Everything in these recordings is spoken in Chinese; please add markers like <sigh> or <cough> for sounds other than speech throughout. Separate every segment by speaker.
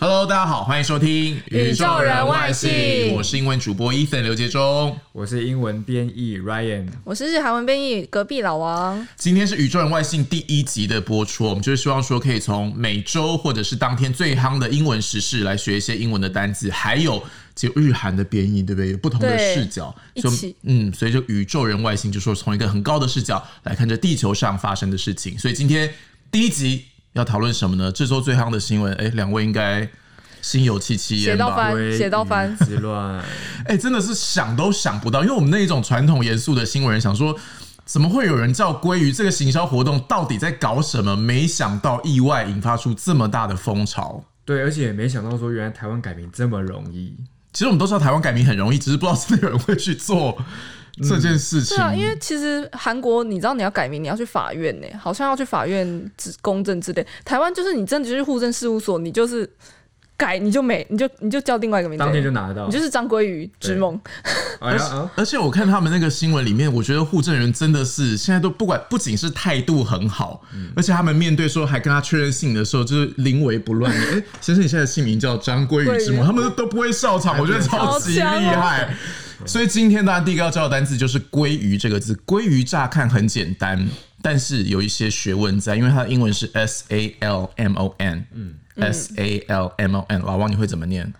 Speaker 1: Hello，大家好，欢迎收听《
Speaker 2: 宇宙人外星
Speaker 1: 我是英文主播 Ethan 刘杰忠。
Speaker 2: 我是英文编译 Ryan，
Speaker 3: 我是日韩文编译隔壁老王，
Speaker 1: 今天是《宇宙人外星》第一集的播出，我们就是希望说可以从每周或者是当天最夯的英文时事来学一些英文的单字，还有就日韩的编译，对不对？有不同的
Speaker 3: 对
Speaker 1: 视角，
Speaker 3: 一
Speaker 1: 所以
Speaker 3: 起
Speaker 1: 嗯，所以就宇宙人外星，就说从一个很高的视角来看这地球上发生的事情。所以今天第一集要讨论什么呢？这周最夯的新闻，哎，两位应该心有戚戚
Speaker 3: 写
Speaker 1: 焉
Speaker 3: 到
Speaker 1: 吧？
Speaker 3: 翻，写到翻，
Speaker 2: 之乱，
Speaker 1: 哎、真的是想都想不到，因为我们那一种传统严肃的新闻人想说。怎么会有人叫鲑鱼？这个行销活动到底在搞什么？没想到意外引发出这么大的风潮。
Speaker 2: 对，而且也没想到说原来台湾改名这么容易，
Speaker 1: 其实我们都知道台湾改名很容易，只是不知道真的有人会去做这件事情。
Speaker 3: 对啊，因为其实韩国，你知道你要改名，你要去法院呢、好像要去法院指公证之类。台湾就是你真的就是户政事务所，你就是改，你就没，你就你就叫另外一个名字，
Speaker 2: 当天就拿得到
Speaker 3: 你，就是张鲑鱼之梦，
Speaker 2: 哎呀啊，
Speaker 1: 而且我看他们那个新闻里面，我觉得护证人真的是现在都不管，不仅是态度很好，而且他们面对说还跟他确认姓的时候，就是临危不乱。 <laughs> 哎、先生，你现在的姓名叫张鲑鱼之母，
Speaker 3: 鲑鱼
Speaker 1: 他们都不会笑场，我觉得哎超哦级厉害。所以今天大家第一个要知道的单字就是“鲑鱼”这个字。鲑鱼乍看很简单，但是有一些学问在，因为它的英文是 S A L M O N，嗯，S A L M O N，老王你会怎么念？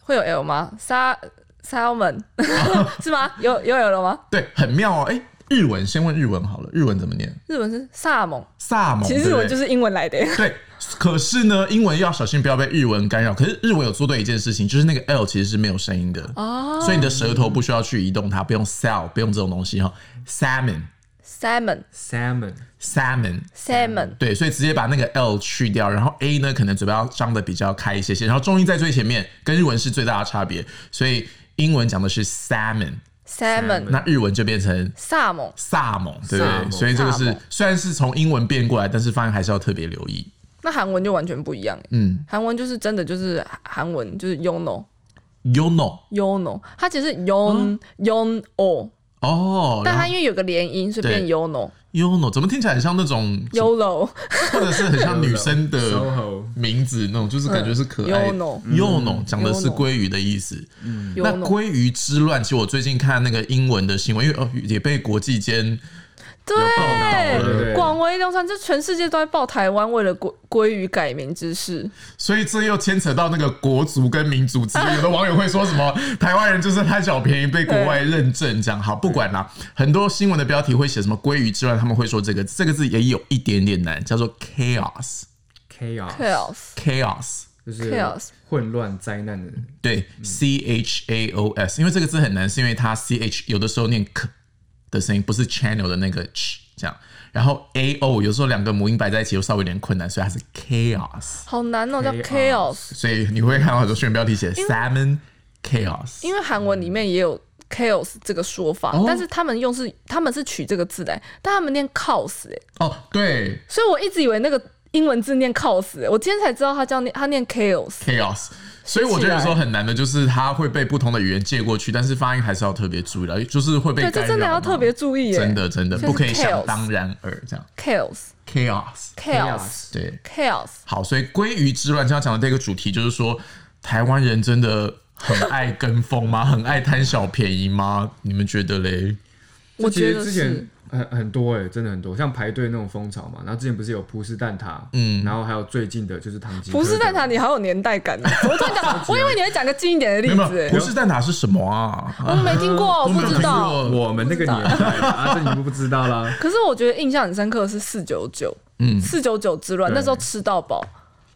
Speaker 3: 会有 L 吗？沙 salmon <laughs> 是吗？有有 L 了吗？
Speaker 1: 对，很妙哦。哎、日文先问日文好了，日文怎么念？
Speaker 3: 日文是萨蒙，
Speaker 1: 萨蒙，
Speaker 3: 其实日文就是是英文来的、
Speaker 1: 对。可是呢，英文要小心，不要被日文干扰。可是日文有做对一件事情，就是那个 L 其实是没有声音的哦，所以你的舌头不需要去移动它，不用 sal，不用这种东西哈。salmon
Speaker 3: salmon
Speaker 2: ，salmon，
Speaker 1: salmon，
Speaker 3: salmon
Speaker 1: 对，所以直接把那个 L 去掉，然后 A 呢可能嘴巴要张的比较开一些些，然后重音在最前面，跟日文是最大的差别。所以英文讲的是 salmon，
Speaker 3: salmon
Speaker 1: 那日文就变成
Speaker 3: 萨蒙，
Speaker 1: 萨蒙，对不
Speaker 2: 萨
Speaker 1: 对？
Speaker 2: 蒙
Speaker 1: 所以这个
Speaker 3: 萨
Speaker 1: 是
Speaker 3: 蒙
Speaker 1: 虽然是从英文变过来，但是发音还是要特别留意。
Speaker 3: 那韩文就完全不一样、
Speaker 1: 嗯
Speaker 3: 韩文就是真的就是韩文就是 yono。
Speaker 1: ，you know，
Speaker 3: yono，它其实是
Speaker 1: 嗯
Speaker 3: yon、yon o，
Speaker 1: 哦，
Speaker 3: 但
Speaker 1: 然
Speaker 3: 它
Speaker 1: 后
Speaker 3: 因为有个连音，所以
Speaker 1: 对
Speaker 3: 变 yono
Speaker 1: you know 怎么听起来很像那种，
Speaker 3: yolo
Speaker 1: 或者是很像女生的
Speaker 2: SOHO，
Speaker 1: 名字那种，就是感觉是可爱。
Speaker 3: 嗯
Speaker 1: you know 讲的是
Speaker 3: Yono
Speaker 1: 鲑鱼的意思。嗯那
Speaker 3: yono，
Speaker 1: 鲑鱼之乱，其实我最近看那个英文的新闻，因为哦也被国际间
Speaker 2: 对不
Speaker 3: 对。
Speaker 2: 对？
Speaker 3: 广为流传，这全世界都在报台湾为了鲑鲑鱼改名之事，
Speaker 1: 所以这又牵扯到那个国族跟民族之间。有的网友会说什么台湾人就是贪小便宜被国外认证这样，好不管啦。很多新闻的标题会写什么“鲑鱼之乱”，他们会说这个这个字也有一点点难，叫做 chaos
Speaker 2: chaos，
Speaker 3: chaos
Speaker 1: chaos。
Speaker 2: 就是
Speaker 3: chaos
Speaker 2: 混乱灾难的，
Speaker 1: 对，c
Speaker 3: 嗯
Speaker 1: h a o s，因为这个字很难，是因为它 c h 有的时候念 k 的声音，不是 channel 的那个 ch 这样。然后 a o 有时候两个母音摆在一起又稍微有点困难，所以它是 chaos。
Speaker 3: 好难哦，叫
Speaker 2: chaos
Speaker 3: chaos，
Speaker 1: 所以你会看到很多新闻标题写 salmon chaos。
Speaker 3: 因为韩文里面也有 chaos 这个说法，
Speaker 1: 哦
Speaker 3: 但是他们用是他们是取这个字来，但他们念 cos 哎、
Speaker 1: 哦，对
Speaker 3: 所以我一直以为那个英文字念 cos，、欸、我今天才知道他叫念他念 chaos，
Speaker 1: ，chaos。所以我觉得有时候很难的就是它会被不同的语言借过去，但是发音还是要特别注意了，就是会被
Speaker 3: 对，
Speaker 1: 干
Speaker 3: 这
Speaker 1: 扰。
Speaker 3: 真的要特别注意耶、欸
Speaker 1: 真的真的
Speaker 3: 所以是
Speaker 1: 不可以想
Speaker 3: chaos
Speaker 1: 当然而这样
Speaker 3: chaos
Speaker 1: chaos。
Speaker 3: chaos
Speaker 1: 对，
Speaker 3: chaos，
Speaker 1: 好，所以鲑鱼之乱，今天要讲的这个主题就是说，台湾人真的很爱跟风吗？很爱贪小便宜吗？你们觉得嘞？
Speaker 3: 我
Speaker 2: 其实
Speaker 3: 觉得
Speaker 2: 之
Speaker 3: 是
Speaker 2: 前。很很多哎、真的很多，像排队那种风潮嘛。然后之前不是有葡式蛋挞，
Speaker 1: 嗯
Speaker 2: 然后还有最近的就是唐吉诃德，
Speaker 3: 不是蛋挞，你好有年代感、啊！我突然讲， <laughs> 我以为你会讲个经典的例
Speaker 1: 没有，
Speaker 3: 子、
Speaker 1: 不
Speaker 3: 欸，
Speaker 1: 是蛋挞是什么啊？
Speaker 3: 我没听过，我
Speaker 1: 我没
Speaker 3: 哦不
Speaker 1: 有
Speaker 3: 知道。
Speaker 1: 听过
Speaker 2: 我们那个年
Speaker 3: <laughs>
Speaker 2: 代啊，这你们不知道啦。
Speaker 3: 可是我觉得印象很深刻的是四九九，
Speaker 1: 嗯
Speaker 3: 四九九之乱，
Speaker 2: 对
Speaker 3: 那时候吃到饱，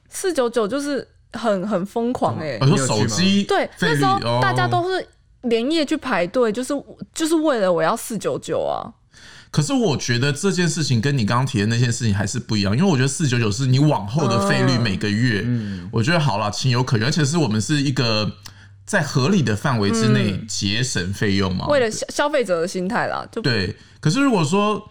Speaker 3: 四九九就是很很疯狂哎、
Speaker 1: 我说手机
Speaker 3: 对，
Speaker 1: 呃费
Speaker 3: 那
Speaker 1: 率
Speaker 3: 时候
Speaker 1: 哦
Speaker 3: 大家都是连夜去排队，就是就是为了我要四九九啊。
Speaker 1: 可是我觉得这件事情跟你刚刚提的那件事情还是不一样，因为我觉得四九九是你往后的费率每个月，
Speaker 3: 嗯
Speaker 1: 我觉得好了，情有可原，而且是我们是一个在合理的范围之内
Speaker 3: 嗯
Speaker 1: 节省费用嘛。
Speaker 3: 为了消消费者的心态啦，就
Speaker 1: 哦对，可是如果说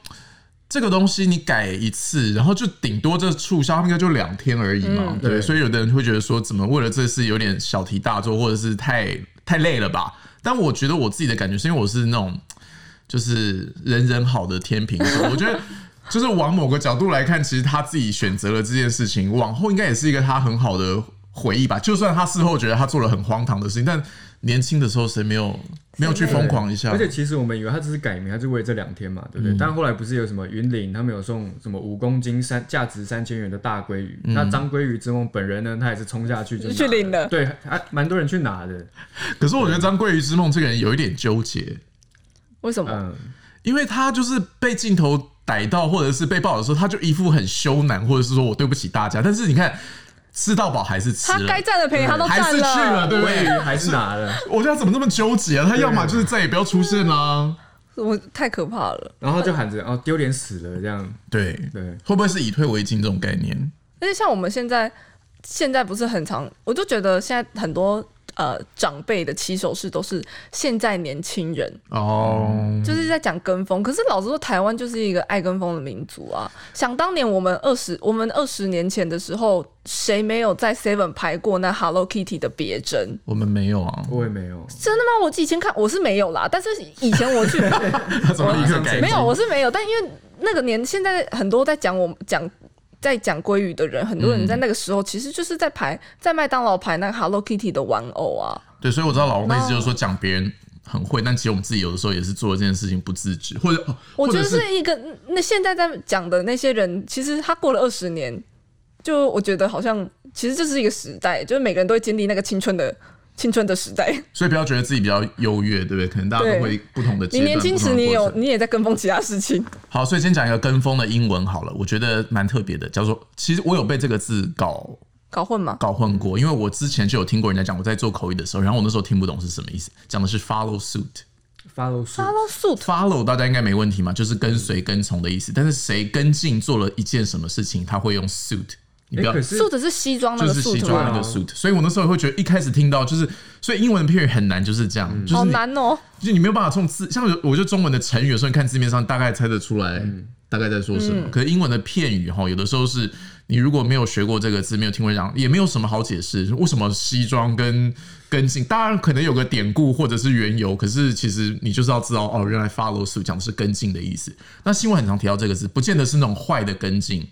Speaker 1: 这个东西你改一次，然后就顶多这促销应该就两天而已嘛，对，
Speaker 2: 嗯对
Speaker 1: 所以有的人会觉得说，怎么为了这事有点小题大做，或者是太太累了吧？但我觉得我自己的感觉是因为我是那种就是人人好的天平
Speaker 2: <laughs>
Speaker 1: 座，我觉得。就是往某个角度来看，其实他自己选择了这件事情，往后应该也是一个他很好的回忆吧。就算他事后觉得他做了很荒唐的事情，但年轻的时候谁没有没有去疯狂一下？嗯
Speaker 2: 而且其实我们以为他只是改名，他就为了这两天嘛，对不对？但后来不是有什么云岭他们有送什么五公斤三价值三千元的大鲑鱼，
Speaker 1: 嗯
Speaker 2: 那张鲑鱼之梦本人呢，他也是冲下去就拿
Speaker 3: 去领了
Speaker 2: 对，还蛮多人去拿的，
Speaker 1: 可是我觉得张桂鱼之梦这个人有一点纠结，
Speaker 3: 为
Speaker 1: 哦
Speaker 3: 什么？
Speaker 1: 啊
Speaker 2: 嗯，
Speaker 1: 因为他就是被镜头逮到，或者是被报的时候，他就一副很羞赧，或者是说我对不起大家。但是你看，吃到饱还是吃
Speaker 3: 他
Speaker 1: 了，
Speaker 3: 该占的便宜他都
Speaker 1: 还
Speaker 3: 占
Speaker 1: 是去了，对不
Speaker 2: 鲑鱼
Speaker 1: 对？
Speaker 2: 还是拿
Speaker 1: <laughs>
Speaker 2: 了。
Speaker 1: 我觉得他怎么那么纠结啊？他要么就是再也不要出现啊啦、 <laughs>
Speaker 3: 我太可怕了。
Speaker 2: 然后就喊着哦，丢脸死了这样，
Speaker 1: 对，
Speaker 2: 对，
Speaker 1: 会不会是以退为进这种概念？
Speaker 3: 而且像我们现在，现在不是很常，我就觉得现在很多呃长辈的起手式都是现在年轻人，
Speaker 1: 哦，
Speaker 3: 就是在讲跟风。可是老实说，台湾就是一个爱跟风的民族啊。想当年我们二十，我们二十年前的时候，谁没有在 Seven 拍过那 Hello Kitty 的别针？
Speaker 1: 我们没有啊，
Speaker 2: 我也没有，
Speaker 3: 真的吗？我以前看我是没有啦，但是以前我去
Speaker 1: 他怎么立刻改？
Speaker 3: 没有，我是没有。但因为那个年，现在很多在讲我讲在讲鲑鱼的人，很多人在那个时候其实就是在排在麦当劳排那个 Hello Kitty 的玩偶啊。
Speaker 1: 对，所以我知道老王的意思就是说讲别人很会，但其实我们自己有的时候也是做了这件事情不自知，或者
Speaker 3: 我
Speaker 1: 或
Speaker 3: 觉
Speaker 1: 者
Speaker 3: 得
Speaker 1: 是
Speaker 3: 是一个那现在在讲的那些人，其实他过了二十年，就我觉得好像其实这是一个时代，就是每个人都会经历那个青春的青春的时代。
Speaker 1: 所以不要觉得自己比较优越，对不对？可能大家
Speaker 3: 对
Speaker 1: 都会不同的阶
Speaker 3: 你
Speaker 1: 段。
Speaker 3: 年轻
Speaker 1: 不同
Speaker 3: 时
Speaker 1: 的
Speaker 3: 你
Speaker 1: 过
Speaker 3: 有
Speaker 1: 程
Speaker 3: 你也在跟风其他事情，
Speaker 1: 好，所以今天讲一个跟风的英文好了，我觉得蛮特别的，叫做其实我有被这个字搞
Speaker 3: 搞混吗？
Speaker 1: 搞混过，因为我之前就有听过人家讲，我在做口译的时候，然后我那时候听不懂是什么意思，讲的是 follow suit。
Speaker 2: follow suit，
Speaker 3: Hello Suit
Speaker 1: follow 大家应该没问题嘛，就是跟随跟从的意思。但是谁跟进做了一件什么事情，他会用 suit，你不
Speaker 2: 哎，
Speaker 1: 要
Speaker 2: 可是
Speaker 3: Suit 是西装那
Speaker 1: 就
Speaker 3: 个
Speaker 1: 是西
Speaker 3: Suit
Speaker 1: 装
Speaker 3: 吗？
Speaker 1: 那个 suit，所以我那时候会觉得一开始听到就是，所以英文的片语很难就是这样，就
Speaker 3: 好
Speaker 1: 是你
Speaker 3: 难哦。
Speaker 1: 就你没有办法从字，像有我就中文的成语有时候你看字面上大概猜得出来，大概在说什么。可是英文的片语哈，有的时候是你如果没有学过这个字，没有听过讲，也没有什么好解释。为什么西装跟跟进？当然可能有个典故或者是缘由，可是其实你就是要知道哦，原来 follow suit 讲的是跟进的意思。那新闻很常提到这个字，不见得是那种坏的跟进。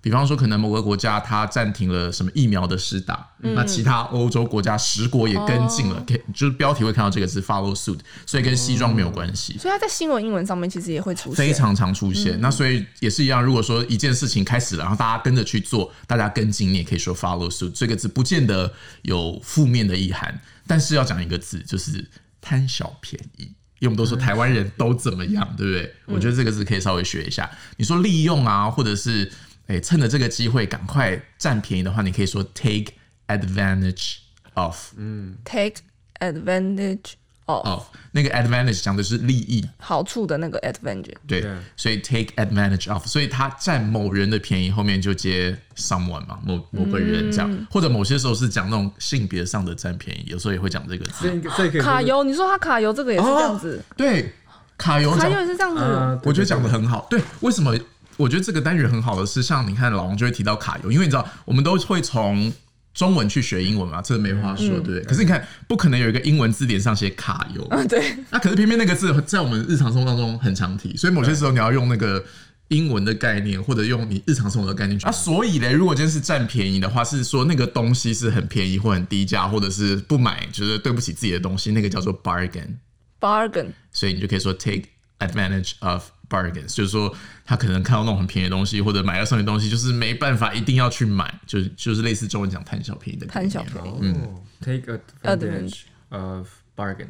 Speaker 1: 比方说，可能某个国家它暂停了什么疫苗的施打，那其他欧洲国家十国也跟进了，给就是标题会看到这个字 follow suit，所以跟西装没有关系。
Speaker 3: 所以他在新闻英文上面其实也会出现，嗯
Speaker 1: 非常常出现，那所以也是一样。如果说一件事情开始了，然后大家跟着去做，大家跟进，你也可以说 follow suit 这个字，不见得有负面的意涵，但是要讲一个字，就是贪小便宜。因为我们都说台湾人都怎么样，对不对？
Speaker 3: 嗯
Speaker 1: 我觉得这个字可以稍微学一下。你说利用啊，或者是诶、趁着这个机会赶快占便宜的话，你可以说 take advantage of
Speaker 3: 嗯 take advantage of、
Speaker 1: of 那个 advantage 讲的是利益，
Speaker 3: 好处的那个 advantage。
Speaker 1: 哦对
Speaker 2: 对，
Speaker 1: 所以 take advantage of，所以他占某人的便宜，后面就接 someone 嘛，某某个人这样，或者某些时候是讲那种性别上的占便宜，有时候也会讲这个
Speaker 2: 这
Speaker 1: 字。
Speaker 2: 应该这可以
Speaker 3: 卡
Speaker 2: 油，
Speaker 3: 油，你说他卡油这个也是这样子，
Speaker 1: 对，卡油
Speaker 3: 卡
Speaker 1: 讲
Speaker 3: 油也是这样子。
Speaker 2: 啊
Speaker 1: 我觉得讲的很好。对，为什么？我觉得这个单元很好的是，像你看老王就会提到卡油，因为你知道我们都会从中文去学英文嘛，这没话说，对不对？可是你看，不可能有一个英文字典上写卡油，
Speaker 3: 嗯， <laughs> 对，
Speaker 1: 那可是偏偏那个字在我们日常生活当中很常提，所以某些时候你要用那个英文的概念，或者用你日常生活的概念去。啊，所以嘞，如果今天是占便宜的话，是说那个东西是很便宜或很低价，或者是不买就是对不起自己的东西，那个叫做 bargain。
Speaker 3: bargain
Speaker 1: 所以你就可以说 take advantage of bargains，就是说他可能看到那种很便宜的东西，或者买到上面的东西，就是没办法一定要去买，就是就是类似中文讲贪小便宜的概
Speaker 3: 贪
Speaker 1: 念
Speaker 3: 小便宜。
Speaker 1: 嗯
Speaker 2: 哦，take advantage of bargain，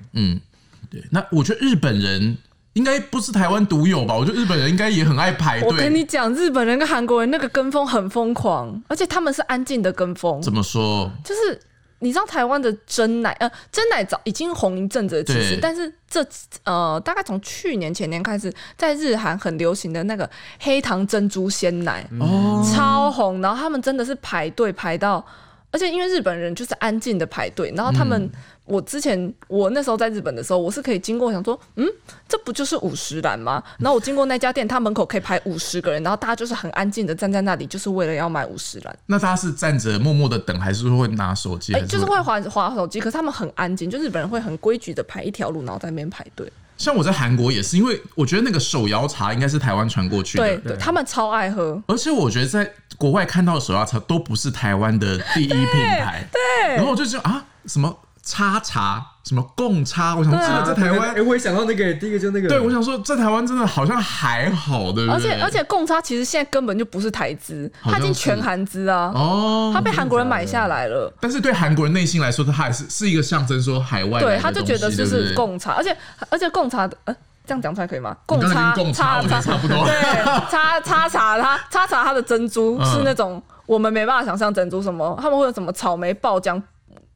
Speaker 1: 对，那我觉得日本人应该不是台湾独有吧？我觉得日本人应该也很爱排队。
Speaker 3: 我跟你讲，日本人跟韩国人那个跟风很疯狂，而且他们是安静的跟风，
Speaker 1: 怎么说？
Speaker 3: 就是你知道台湾的真奶，呃，真奶早已经红一阵子了，其实
Speaker 1: 对，
Speaker 3: 但是这呃，大概从去年前年开始，在日韩很流行的那个黑糖珍珠鲜奶，
Speaker 1: 哦，
Speaker 3: 超红，然后他们真的是排队排到，而且因为日本人就是安静的排队，然后他
Speaker 1: 嗯
Speaker 3: 们，我之前我那时候在日本的时候，我是可以经过想说，嗯，这不就是五十岚吗？然后我经过那家店，它门口可以排五十个人，然后大家就是很安静的站在那里，就是为了要买五十岚，
Speaker 1: 那大家是站着默默的等，还是会拿手机？
Speaker 3: 哎、
Speaker 1: 还
Speaker 3: 就是会划划手机，可是他们很安静，就日本人会很规矩的排一条路，然后在那边排队，
Speaker 1: 像我在韩国也是，因为我觉得那个手摇茶应该是台湾传过去的，
Speaker 3: 对
Speaker 2: 对
Speaker 3: 对，他们超爱喝，
Speaker 1: 而且我觉得在国外看到的手摇茶都不是台湾的第一品牌，对。然后我就觉得啊，什么叉茶，什么贡茶，我想
Speaker 3: 对
Speaker 1: 真
Speaker 3: 啊
Speaker 1: 的在台
Speaker 2: 哎、
Speaker 1: 湾，
Speaker 2: 我也想到那个，第一个就那个，
Speaker 1: 对我想说在台湾真的好像还好，对不对？
Speaker 3: 而且而且贡茶其实现在根本就不是台资，
Speaker 1: 好
Speaker 3: 它
Speaker 1: 像
Speaker 3: 已经
Speaker 1: 是
Speaker 3: 全韩资啊，
Speaker 1: 哦
Speaker 3: 它，被韩国人买下来了。
Speaker 1: 但是对韩国人内心来说，它还是是一个象征，说海外来的
Speaker 3: 对，他就
Speaker 1: 东
Speaker 3: 觉得
Speaker 1: 西
Speaker 3: 就
Speaker 1: 对不
Speaker 3: 是
Speaker 1: 对
Speaker 3: 贡茶，而且而且贡茶的呃。这样讲出来可以吗？贡
Speaker 1: 刚才
Speaker 3: 茶
Speaker 1: 跟贡茶我
Speaker 3: 茶
Speaker 1: 觉得差不多
Speaker 3: 对，茶 <laughs> 茶茶它茶茶它的珍珠
Speaker 1: 嗯
Speaker 3: 是那种我们没办法想象珍珠什么，他们会有什么草莓爆浆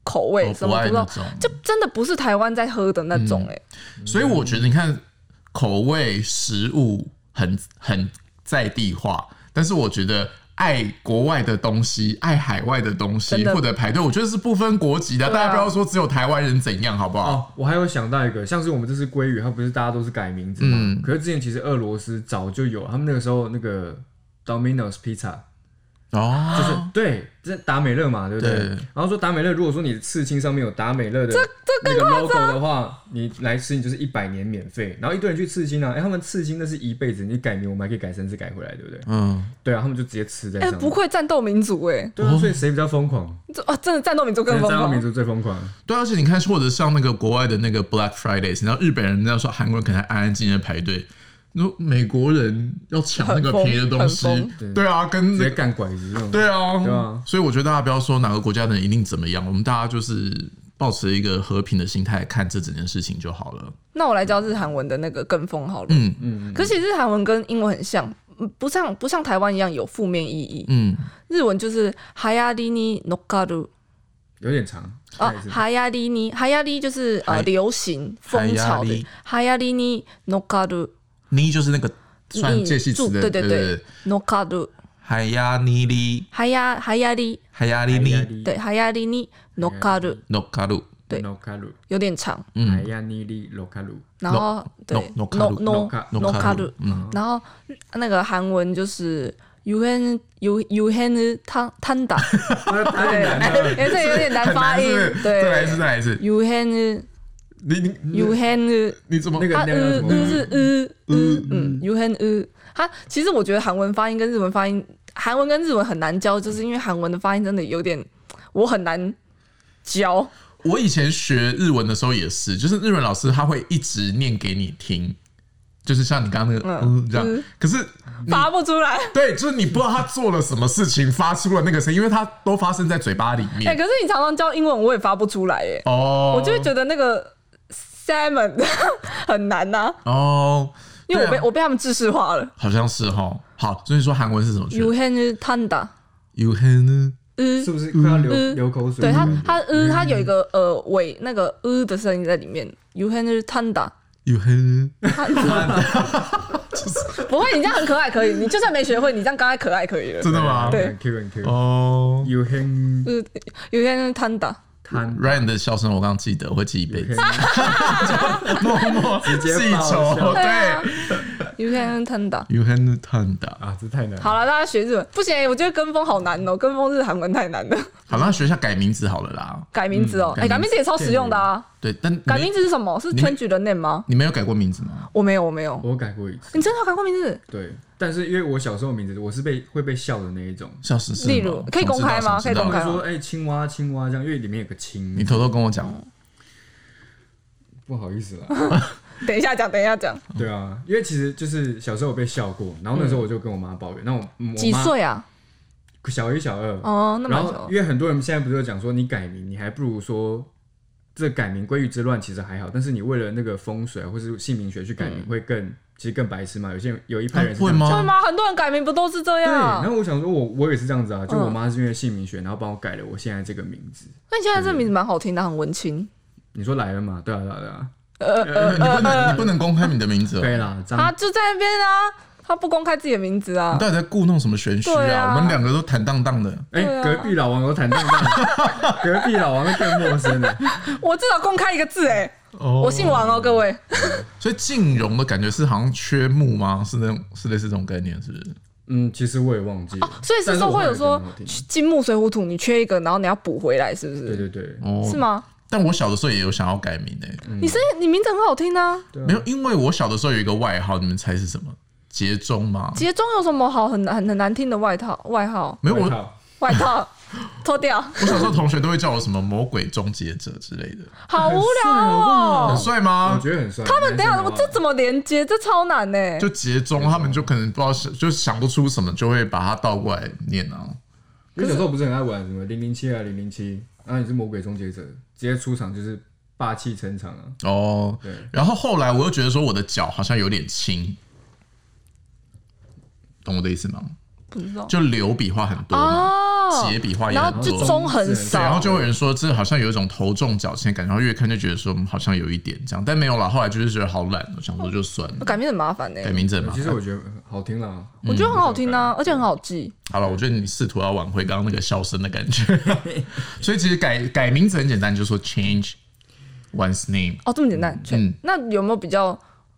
Speaker 3: 口味
Speaker 1: 哦
Speaker 3: 什
Speaker 1: 不
Speaker 3: 么
Speaker 1: 爱
Speaker 3: 不知道
Speaker 1: 那种，嗯
Speaker 3: 就真的不是台湾在喝的那种哎。
Speaker 1: 所以我觉得你看口味食物很很在地化，但是我觉得。爱国外的东西，爱海外的东西，
Speaker 3: 真的
Speaker 1: 或者排队，我觉得是不分国籍的。
Speaker 3: 对啊
Speaker 1: 大家不要说只有台湾人怎样，好不好？
Speaker 2: 哦，我还有想到一个，像是我们这次鲑鱼，它不是大家都是改名字嘛？
Speaker 1: 嗯
Speaker 2: 可是之前其实俄罗斯早就有，他们那个时候那个 Domino's Pizza
Speaker 1: 哦，
Speaker 2: 就是、对，这达美乐嘛，对不对？
Speaker 1: 对
Speaker 2: 然后说达美乐，如果说你的刺青上面有达美乐的这个 logo 的话，你来吃你就是一百年免费。然后一堆人去刺青啊，哎、他们刺青那是一辈子，你改名我们还可以改三次改回来，对不对？
Speaker 1: 嗯，
Speaker 2: 对啊，他们就直接吃在
Speaker 3: 哎，
Speaker 2: 上面。
Speaker 3: 不愧战斗民族哎，
Speaker 2: 对啊，所以谁比较疯狂？
Speaker 3: 这啊真的战斗民族更
Speaker 2: 真的
Speaker 3: 疯
Speaker 2: 战斗
Speaker 3: 狂。
Speaker 2: 民族最疯狂。
Speaker 1: 对啊，而且你看，或者像那个国外的那个 Black Fridays，然后日本人那时候韩国人可能还安安静静地排队，那美国人要抢那个
Speaker 3: 很疯
Speaker 1: 便宜的东西
Speaker 3: 很，
Speaker 1: 对啊，跟
Speaker 2: 直
Speaker 1: 那
Speaker 2: 接
Speaker 1: 个
Speaker 2: 干拐子这种。
Speaker 1: 对啊，
Speaker 2: 对啊
Speaker 1: 所以我觉得大家不要说哪个国家的人一定怎么样，我们大家就是保持一个和平的心态看这整件事情就好了。
Speaker 3: 那我来教日韩文的那个跟风好了，
Speaker 1: 嗯
Speaker 2: 嗯，
Speaker 3: 可是其实日韩文跟英文很像，嗯不像不像台湾一样有负面意义。
Speaker 1: 嗯，
Speaker 3: 日文就是哈亚里尼诺卡鲁
Speaker 2: 有点长。
Speaker 3: 啊
Speaker 2: 再一，次
Speaker 3: 哈亚里尼，哈亚里就是
Speaker 1: 海
Speaker 3: 呃流行风潮
Speaker 1: 海亚里
Speaker 3: 的哈亚里尼诺卡鲁
Speaker 1: 你就是那个算介系词的，
Speaker 3: 对对
Speaker 1: 对
Speaker 3: 对诺卡鲁
Speaker 1: 海呀尼里，
Speaker 3: 哈亚哈亚里
Speaker 1: 海呀尼
Speaker 2: 海亚
Speaker 1: 里
Speaker 2: 利
Speaker 3: 对哈亚里尼诺卡鲁
Speaker 1: ，no 卡路，
Speaker 3: 对
Speaker 2: 诺卡鲁，
Speaker 3: 有点长，
Speaker 1: 嗯
Speaker 2: 海亚尼利罗卡鲁，
Speaker 3: 然后对
Speaker 1: no-
Speaker 3: 诺
Speaker 1: nokaru
Speaker 3: 诺
Speaker 2: noka-
Speaker 3: 诺卡鲁
Speaker 1: nokaru，嗯
Speaker 3: 然后那个韩文就是。U N U U N 汤汤
Speaker 1: <laughs>
Speaker 3: 达，
Speaker 2: 那太
Speaker 3: 对，
Speaker 2: 难
Speaker 3: 哎
Speaker 2: 了。
Speaker 3: 哎这有点难发音
Speaker 1: 很难是不，是
Speaker 3: 对
Speaker 1: 再来一次，再来一次，
Speaker 3: ，U N
Speaker 1: 你你你
Speaker 3: U N
Speaker 1: 你怎么
Speaker 2: 那个
Speaker 3: 啊，
Speaker 2: 那个叫
Speaker 3: 呃
Speaker 2: 什
Speaker 3: 呃
Speaker 2: 么？
Speaker 3: 是呃呃嗯，U N 呃，它其实我觉得韩文发音跟日文发音，韩文跟日文很难教，就是因为韩文的发音真的有点，我很难教。
Speaker 1: 我以前学日文的时候也是，就是日文老师他会一直念给你听，就是像你刚刚那个
Speaker 3: 嗯
Speaker 1: 嗯这样
Speaker 3: 嗯，
Speaker 1: 可是
Speaker 3: 发不出来。
Speaker 1: 对，就是你不知道他做了什么事情，发出了那个声音，因为它都发生在嘴巴里
Speaker 3: 哎、
Speaker 1: 面。
Speaker 3: 可是你常常教英文，我也发不出来耶，
Speaker 1: 哦，
Speaker 3: 我就会觉得那个 salmon <laughs> 很难呐、
Speaker 1: 哦，
Speaker 3: 因为我
Speaker 1: 对
Speaker 3: 被、
Speaker 1: 啊
Speaker 3: 我被他们制式化了。
Speaker 1: 好像是哈。好，所以说韩文是怎么学
Speaker 3: U hen tanda，
Speaker 1: ？You hen
Speaker 3: 呃
Speaker 2: 是，不是快要流
Speaker 3: 嗯
Speaker 2: 流口水
Speaker 3: 对
Speaker 2: 的
Speaker 3: 它
Speaker 2: 感觉？
Speaker 3: 它呃它有一个呃尾那个呃的声音在里面。U hen tanda，
Speaker 1: you hen，
Speaker 3: 它不会，你这样很可爱，可以。你就算没学会，你这样刚才可爱可以了。
Speaker 1: 真的吗？
Speaker 3: <laughs> 对
Speaker 2: 很，Q 很 Q。
Speaker 1: 啊哦
Speaker 2: You hang
Speaker 3: 呃，有些人摊打，
Speaker 2: 摊
Speaker 1: ，Ryan 的笑声我刚刚记得，我会记一辈
Speaker 2: <laughs>
Speaker 1: 子，
Speaker 3: <laughs>
Speaker 1: 默默
Speaker 2: 直接
Speaker 1: 记仇
Speaker 2: 爆。笑
Speaker 3: 对啊
Speaker 1: 对
Speaker 3: 有些人摊打。
Speaker 1: ，You hen tanda。
Speaker 2: 啊，这太难。了。
Speaker 3: 好了，大家学日文不行、我觉得跟风好难哦、跟风日韩文太难了。
Speaker 1: 好，那学一下改名字好了啦。
Speaker 3: 改名字哦、
Speaker 1: 嗯
Speaker 3: 哎、改名字也超实用的啊。
Speaker 1: 对，但你
Speaker 3: 改名字是什么？是
Speaker 1: 你们
Speaker 3: 天举的 name 吗？
Speaker 1: 你没有改过名字吗？
Speaker 3: 我没有，我没有。
Speaker 2: 我改过一次，
Speaker 3: 你真的有改过名字？
Speaker 2: 对，但是因为我小时候的名字，我是被会被笑的那一种。
Speaker 1: 笑死是什么
Speaker 3: 例如可以公开吗
Speaker 1: 想知道
Speaker 3: 可以公
Speaker 2: 他
Speaker 3: 开
Speaker 2: 们说：“哎，青蛙，青蛙，这样，因为里面有个
Speaker 1: 你
Speaker 2: 青，
Speaker 1: 偷偷跟我讲，
Speaker 2: 不好意思啦。”
Speaker 3: 等一下讲，等一下讲。
Speaker 2: 对啊，因为其实就是小时候我被笑过，然后那时候我就跟我妈抱怨，那我我妈
Speaker 3: 嗯几？岁啊？
Speaker 2: 小一、小二。
Speaker 3: 哦，那蛮
Speaker 2: 然后
Speaker 3: 久。
Speaker 2: 因为很多人现在不是有讲说你改名，你还不如说这改名归于之乱其实还好，但是你为了那个风水啊或是姓名学去改
Speaker 3: 嗯
Speaker 2: 名会更其实更白痴嘛。有些人有一派人是这
Speaker 1: 啊会
Speaker 2: 样
Speaker 3: 对
Speaker 1: 吗？
Speaker 3: 吗？很多人改名不都是这
Speaker 2: 对，
Speaker 3: 样
Speaker 2: 然？后我想说我，我也是这样子啊，就我
Speaker 3: 嗯
Speaker 2: 妈是因为姓名学，然后帮我改了我现在这个名字。
Speaker 3: 那你现在这名字蛮好听的，很文青。
Speaker 2: 你说来了嘛？对啊，对啊，对啊，
Speaker 1: 你不
Speaker 3: 呃
Speaker 1: 能，你不能公开你的名字哦。
Speaker 2: 可以啦，张
Speaker 3: 他就在那边啊，他不公开自己的名字啊
Speaker 1: 你。到底在故弄什么玄虚
Speaker 3: 对
Speaker 1: 啊？
Speaker 3: 啊
Speaker 1: 我们两个都坦荡荡的，
Speaker 2: 哎、
Speaker 3: 对啊
Speaker 2: 隔壁老王有坦荡荡，
Speaker 3: <laughs>
Speaker 2: 隔壁老王更陌生了。
Speaker 3: 我至少公开一个字哎、我姓王哦、各位。
Speaker 1: 所以静容的感觉是好像缺木吗？是那种是类似这种概念，是不是？
Speaker 2: 嗯，其实我也忘记了。
Speaker 3: 哦所以是说会有说
Speaker 2: 但是我后来觉得很好听
Speaker 3: 金木水火土，你缺一个，然后你要补回来，是不是？
Speaker 2: 对对对，
Speaker 1: 哦
Speaker 3: 是？吗？
Speaker 1: 但我小的时候也有想要改名诶、
Speaker 3: 你声音你名字很好听啊，
Speaker 2: 对啊
Speaker 1: 没有，因为我小的时候有一个外号，你们猜是什么？杰中吗？
Speaker 3: 杰中有什么好很难很难听的外套外 <laughs> 号
Speaker 1: 没有，我
Speaker 2: 外套
Speaker 3: 外套脱掉，
Speaker 1: 我小时候同学都会叫我什么魔鬼终结者之类的，
Speaker 3: 好无聊
Speaker 1: 很
Speaker 3: 哦。
Speaker 1: 帅吗
Speaker 2: 我？觉得很帅。
Speaker 3: 他们等一下
Speaker 2: 男生
Speaker 3: 我
Speaker 2: 的话
Speaker 3: 这怎么连接？这超难欸呢、
Speaker 1: 就杰中，他们就可能不知道是，就想不出什么，就会把它倒过来念啊。
Speaker 2: 因为小时候不是很爱玩什么零零七啊零零七，然后你是魔鬼终结者，直接出场就是霸气撑场啊。
Speaker 1: 哦
Speaker 2: 对，
Speaker 1: 然后后来我又觉得说我的脚好像有点轻，懂我的意思吗？
Speaker 3: 不知道
Speaker 1: 就流笔画很多嘛，
Speaker 3: 哦，
Speaker 1: 斜笔画也
Speaker 3: 然
Speaker 1: 很
Speaker 3: 后就
Speaker 1: 多，
Speaker 3: 中很
Speaker 1: 对，然后
Speaker 3: 少，
Speaker 1: 就会有人说这好像有一种头重脚轻的感觉，然后越看就觉得说嗯好像有一点这样，但没有啦。后来就是觉得好懒，我想说就算了，
Speaker 3: 哦改名很麻烦呢、欸
Speaker 1: 改名字很
Speaker 2: 对嗯
Speaker 1: 麻
Speaker 2: 其
Speaker 1: 烦
Speaker 2: 实。我觉得好听啦，
Speaker 3: 我觉得很好听啊，而且很好记。
Speaker 1: 好了，我觉得你试图要挽回刚刚那个笑声的感
Speaker 2: <laughs>
Speaker 1: 觉，所以其实改改名字很简单，你就说 change one's name。
Speaker 3: 哦，这么简单。
Speaker 1: 嗯
Speaker 3: 嗯、那有没有比较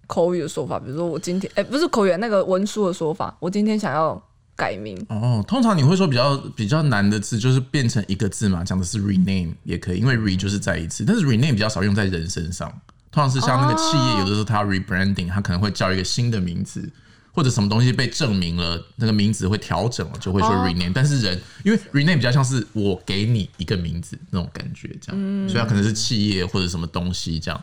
Speaker 3: 口语的说法？比如说我今天，哎、不是口语，那个文书的说法，我今天想要改名。
Speaker 1: 哦，通常你会说比较比较难的字，就是变成一个字嘛，讲的是
Speaker 3: 嗯
Speaker 1: rename 也可以，因为 re 就是再一次，但是 rename 比较少用在人身上，通常是像那个企业，有的时候它
Speaker 3: 哦
Speaker 1: 要 rebranding，它可能会叫一个新的名字，或者什么东西被证明了，那个名字会调整了，就会说
Speaker 3: 哦
Speaker 1: rename。但是人因为 rename 比较像是我给你一个名字那种感觉，这样，
Speaker 3: 嗯
Speaker 1: 所以它可能是企业或者什么东西这样。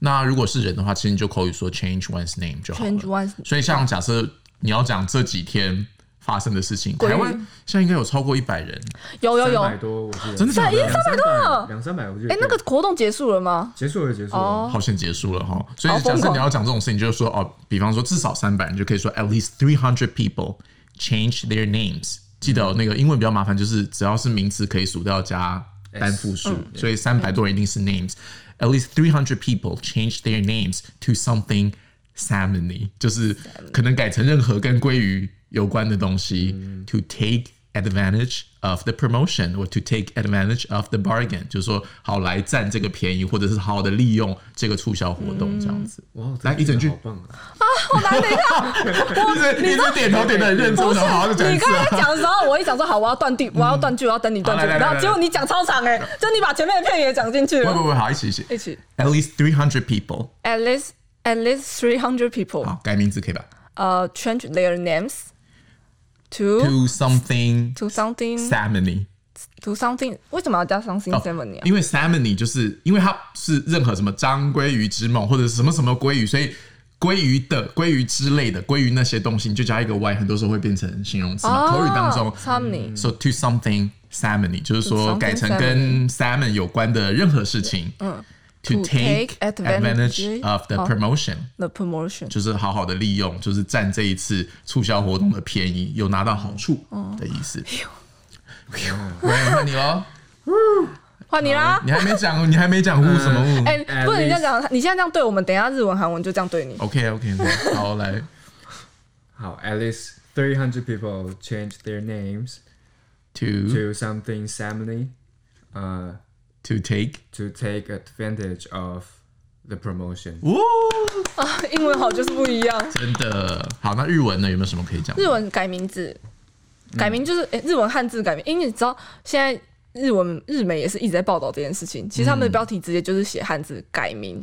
Speaker 1: 那如果是人的话，其实你就口语说 change one's name 就好了。
Speaker 3: Change one，
Speaker 1: 所以像假设你要讲这几天发生的事情，
Speaker 3: 鬼
Speaker 1: 台
Speaker 3: 语
Speaker 1: 湾现在应该有超过一百人，
Speaker 3: <gasps> 有有有。
Speaker 2: 三
Speaker 3: 哎
Speaker 2: 百、多，我记得
Speaker 1: 真的假的
Speaker 2: 两三百多，两三百，我记得。
Speaker 3: 那个活动结束了 <laughs> 吗？
Speaker 2: 结束了，结束了
Speaker 3: 哦。
Speaker 1: 好险结束了哈。所以
Speaker 3: 好
Speaker 1: 假
Speaker 3: 疯
Speaker 1: 设
Speaker 3: 狂
Speaker 1: 你要讲这种事情，就是说哦，比方说至少三百，你就可以说 at least three hundred people change their names。记得、哦、那个英文比较麻烦，就是只要是名词可以数都要加单复数，所以三百多人一定是 names。At least three hundred people change their names to something salmony，就是可能改成任何跟鲑鱼有关的东西。To take advantage of the promotion or to take advantage of the bargain，就是说好来占这个便宜，或者是好好的利用这个促销活动这样子。
Speaker 2: 哇，
Speaker 1: 来
Speaker 2: 这
Speaker 1: 一整句
Speaker 2: 好棒啊！
Speaker 1: <laughs> 一直一直点头点的很认真，
Speaker 3: 不
Speaker 1: 我
Speaker 3: 是
Speaker 1: 想好好的，讲一
Speaker 3: 你
Speaker 1: 次
Speaker 3: 刚
Speaker 1: 啊。
Speaker 3: 才讲的时候，我一讲说好，我要断句，我要断句，我要等你断句，
Speaker 1: 好来来来嗯
Speaker 3: 然后
Speaker 1: 来
Speaker 3: 结果你讲超长哎、就你把前面的配也讲进去
Speaker 1: 不
Speaker 3: 了
Speaker 1: 不。不，好，一起一起
Speaker 3: 一起
Speaker 1: At least three hundred people，
Speaker 3: At least at least three hundred people
Speaker 1: 好，改名字可以吧
Speaker 3: 呃 change their names to
Speaker 1: Oh. ？To something
Speaker 3: to something
Speaker 1: salmony。
Speaker 3: to something，为什么要加 something
Speaker 1: 哦
Speaker 3: seven 啊？
Speaker 1: 因为 Salmony 就是因为它是任何什么章鲑鱼之梦或者是什么什么鲑鱼，所以鲑鱼的鲑鱼之类的鲑鱼那些东西，你就加一个 y，很多时候会变成形容词嘛。口语当中嗯
Speaker 3: s o m n y
Speaker 1: ，so to something Salmony 就是说
Speaker 3: something
Speaker 1: 改成跟 salmon 有关的任何事情。嗯。To
Speaker 3: To
Speaker 1: take
Speaker 3: take
Speaker 1: advantage
Speaker 3: advantage
Speaker 1: of the
Speaker 3: 好
Speaker 1: promotion，
Speaker 3: the promotion
Speaker 1: 就是好好的利用，就是占这一次促销活动的便宜，有拿到好处的意思。来，换你喽！
Speaker 3: 换你啦。
Speaker 1: 你呃还没讲，你还没讲物什么物？
Speaker 3: 哎、
Speaker 2: at
Speaker 3: 不能这样讲，你现在这样对我们，等一下日文、韩文就这样
Speaker 1: <laughs>
Speaker 3: 对你。
Speaker 1: OK OK，好来，
Speaker 2: 好，at least three hundred people change their names
Speaker 1: to
Speaker 2: <laughs> to something family，呃、
Speaker 1: to take，
Speaker 2: t o take advantage of the promotion。
Speaker 1: 哦，
Speaker 3: 英文好就是不一样，
Speaker 1: 真的好。那日文呢？有没有什么可以讲？
Speaker 3: 日文改名字，
Speaker 1: 嗯
Speaker 3: 改名就是、哎，日文汉字改名，因为你知道现在日文日媒也是一直在报道这件事情，其实他们的标题直接就是写汉字改名，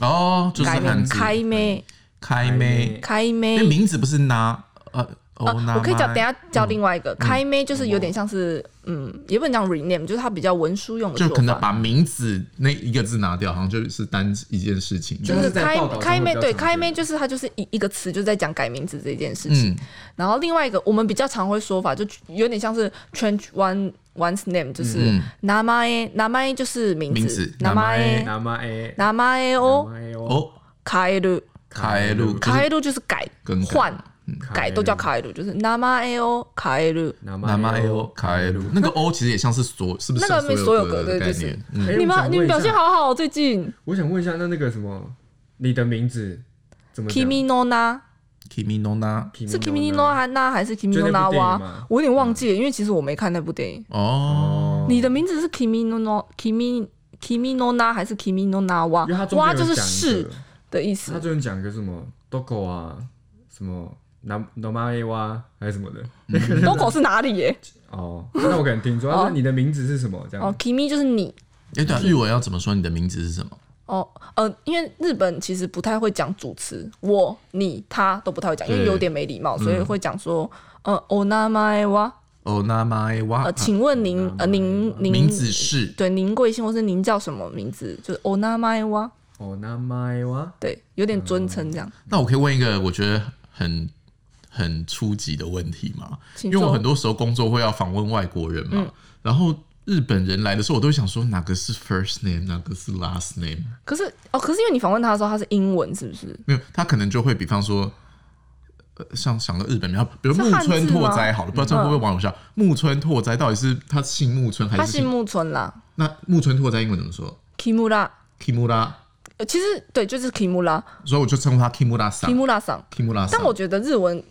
Speaker 1: 哦，就是
Speaker 3: 改
Speaker 1: 汉
Speaker 3: 名
Speaker 1: 字
Speaker 3: 开咩
Speaker 1: 开妹，
Speaker 3: 开
Speaker 1: 那
Speaker 3: 咩。
Speaker 1: 名字不是拿呃
Speaker 3: 啊
Speaker 1: 哦拿，
Speaker 3: 我可以讲，等一
Speaker 1: 下
Speaker 3: 下教另外一
Speaker 1: 嗯
Speaker 3: 个开咩，就是有点像是，嗯，也不能讲 rename，就是它比较文书用的
Speaker 1: 就
Speaker 3: 说
Speaker 1: 可能
Speaker 3: 法，
Speaker 1: 把名字那一个字拿掉，好像就是单一件事情。
Speaker 3: 就
Speaker 2: 就是是在
Speaker 3: 开
Speaker 2: 报道中
Speaker 3: 开
Speaker 2: 会比
Speaker 3: 咩，
Speaker 2: 较
Speaker 3: 对
Speaker 2: 常
Speaker 3: 开
Speaker 2: 见
Speaker 3: 咩，就是它就是一一个词，就是在讲改名字这件事情。
Speaker 1: 嗯，
Speaker 3: 然后另外一个我们比较常会说法，就有点像是 change one one's name，就是
Speaker 1: 嗯
Speaker 3: namae namae 就是名
Speaker 1: 名字
Speaker 3: 字 namae
Speaker 2: n a m a
Speaker 3: namae o
Speaker 2: e
Speaker 1: 哦，
Speaker 3: kaeru
Speaker 1: 开路
Speaker 3: kaeru 就是改
Speaker 1: 更改
Speaker 3: 换改
Speaker 2: 改
Speaker 3: 都叫 kaeru，就是 namae o kaeru。
Speaker 2: n a m
Speaker 1: 拿
Speaker 2: a
Speaker 1: 麦
Speaker 2: e
Speaker 1: O 哦开路，那个 O 其实也像是所，是不是
Speaker 3: 那个
Speaker 1: 所有
Speaker 3: 所有格
Speaker 1: 的
Speaker 3: 对
Speaker 1: 概
Speaker 3: 就是
Speaker 1: 念？嗯，
Speaker 2: 哎
Speaker 3: 你们你们表现
Speaker 2: 好。
Speaker 3: 好好哦，最近
Speaker 2: 我想问一下，那那个什么，你的名字怎么讲
Speaker 3: kimi no na。
Speaker 1: Kimi no na，
Speaker 3: 是啊 Kimi no
Speaker 2: Na？
Speaker 3: Na 还是 Kimi
Speaker 2: 就
Speaker 3: no
Speaker 2: 那
Speaker 3: Na
Speaker 2: 部电影嗯
Speaker 3: wa？
Speaker 2: 嘛
Speaker 3: 我有点忘记了，因为其实我没看那部电影。
Speaker 1: 哦，
Speaker 2: 哦
Speaker 3: 你的名字是 Kimi no No Kimi Kimi no Na 还是 Kimi no Na
Speaker 2: 因为他
Speaker 3: wa？
Speaker 2: 中间
Speaker 3: wa
Speaker 2: 有
Speaker 3: 就是
Speaker 2: 讲一
Speaker 3: 是
Speaker 2: 个，
Speaker 3: 的意
Speaker 2: 他
Speaker 3: 思。
Speaker 2: 中间讲一个什么 doko 啊，什么 nam namae wa 还是什么的。
Speaker 3: d o 是哪里耶？ <laughs>
Speaker 2: 哦，那我可能听错。他说你的名字是什么？这
Speaker 3: 哦
Speaker 2: 样，
Speaker 3: ，Kimi 就是你
Speaker 1: 哎，对啊，日文要怎么说你的名字是什么？
Speaker 3: 哦，呃，因为日本其实不太会讲主词，我、你、他都不太会讲，因为有点没礼貌，
Speaker 2: 嗯
Speaker 3: 所以会讲说，呃，お名前は，
Speaker 2: 啊
Speaker 1: 哦，那么哇
Speaker 3: 呃，，请问您，呃，您您
Speaker 1: 名字是
Speaker 3: 对您贵姓，或是您叫什么名字？就是お名前は，
Speaker 2: 哦，那麦哇，
Speaker 3: 对，有点尊称
Speaker 2: 哦
Speaker 3: 这样。
Speaker 1: 那我可以问一个我觉得很很初级的问题吗？
Speaker 3: 请
Speaker 1: 因为我
Speaker 3: 坐
Speaker 1: 很多时候工作会要访问外国人嘛，
Speaker 3: 嗯
Speaker 1: 然后日本人来的时候，我都会想说哪个是 first name，哪个是 last name。
Speaker 3: 可是哦，可是因为你访问他的时候，他是英文，是不是？
Speaker 1: 没有，他可能就会比方说，呃，像想个日本名，比如
Speaker 3: 是
Speaker 1: 木
Speaker 3: 汉字
Speaker 1: 村拓哉
Speaker 3: 吗嗯
Speaker 1: 好了，不知道这样会不会网友笑。木村拓哉到底是他姓木村还
Speaker 3: 他
Speaker 1: 是
Speaker 3: 姓木村啦
Speaker 1: 那木村拓哉英文怎么说
Speaker 3: ，Kimura。
Speaker 1: ？Kimura，
Speaker 3: 呃其实对，就是 Kimura，Kimura
Speaker 1: 所以我就称呼他 Kimura 桑
Speaker 3: 桑。
Speaker 1: ，Kimura 啊桑
Speaker 3: 但。我觉得日文，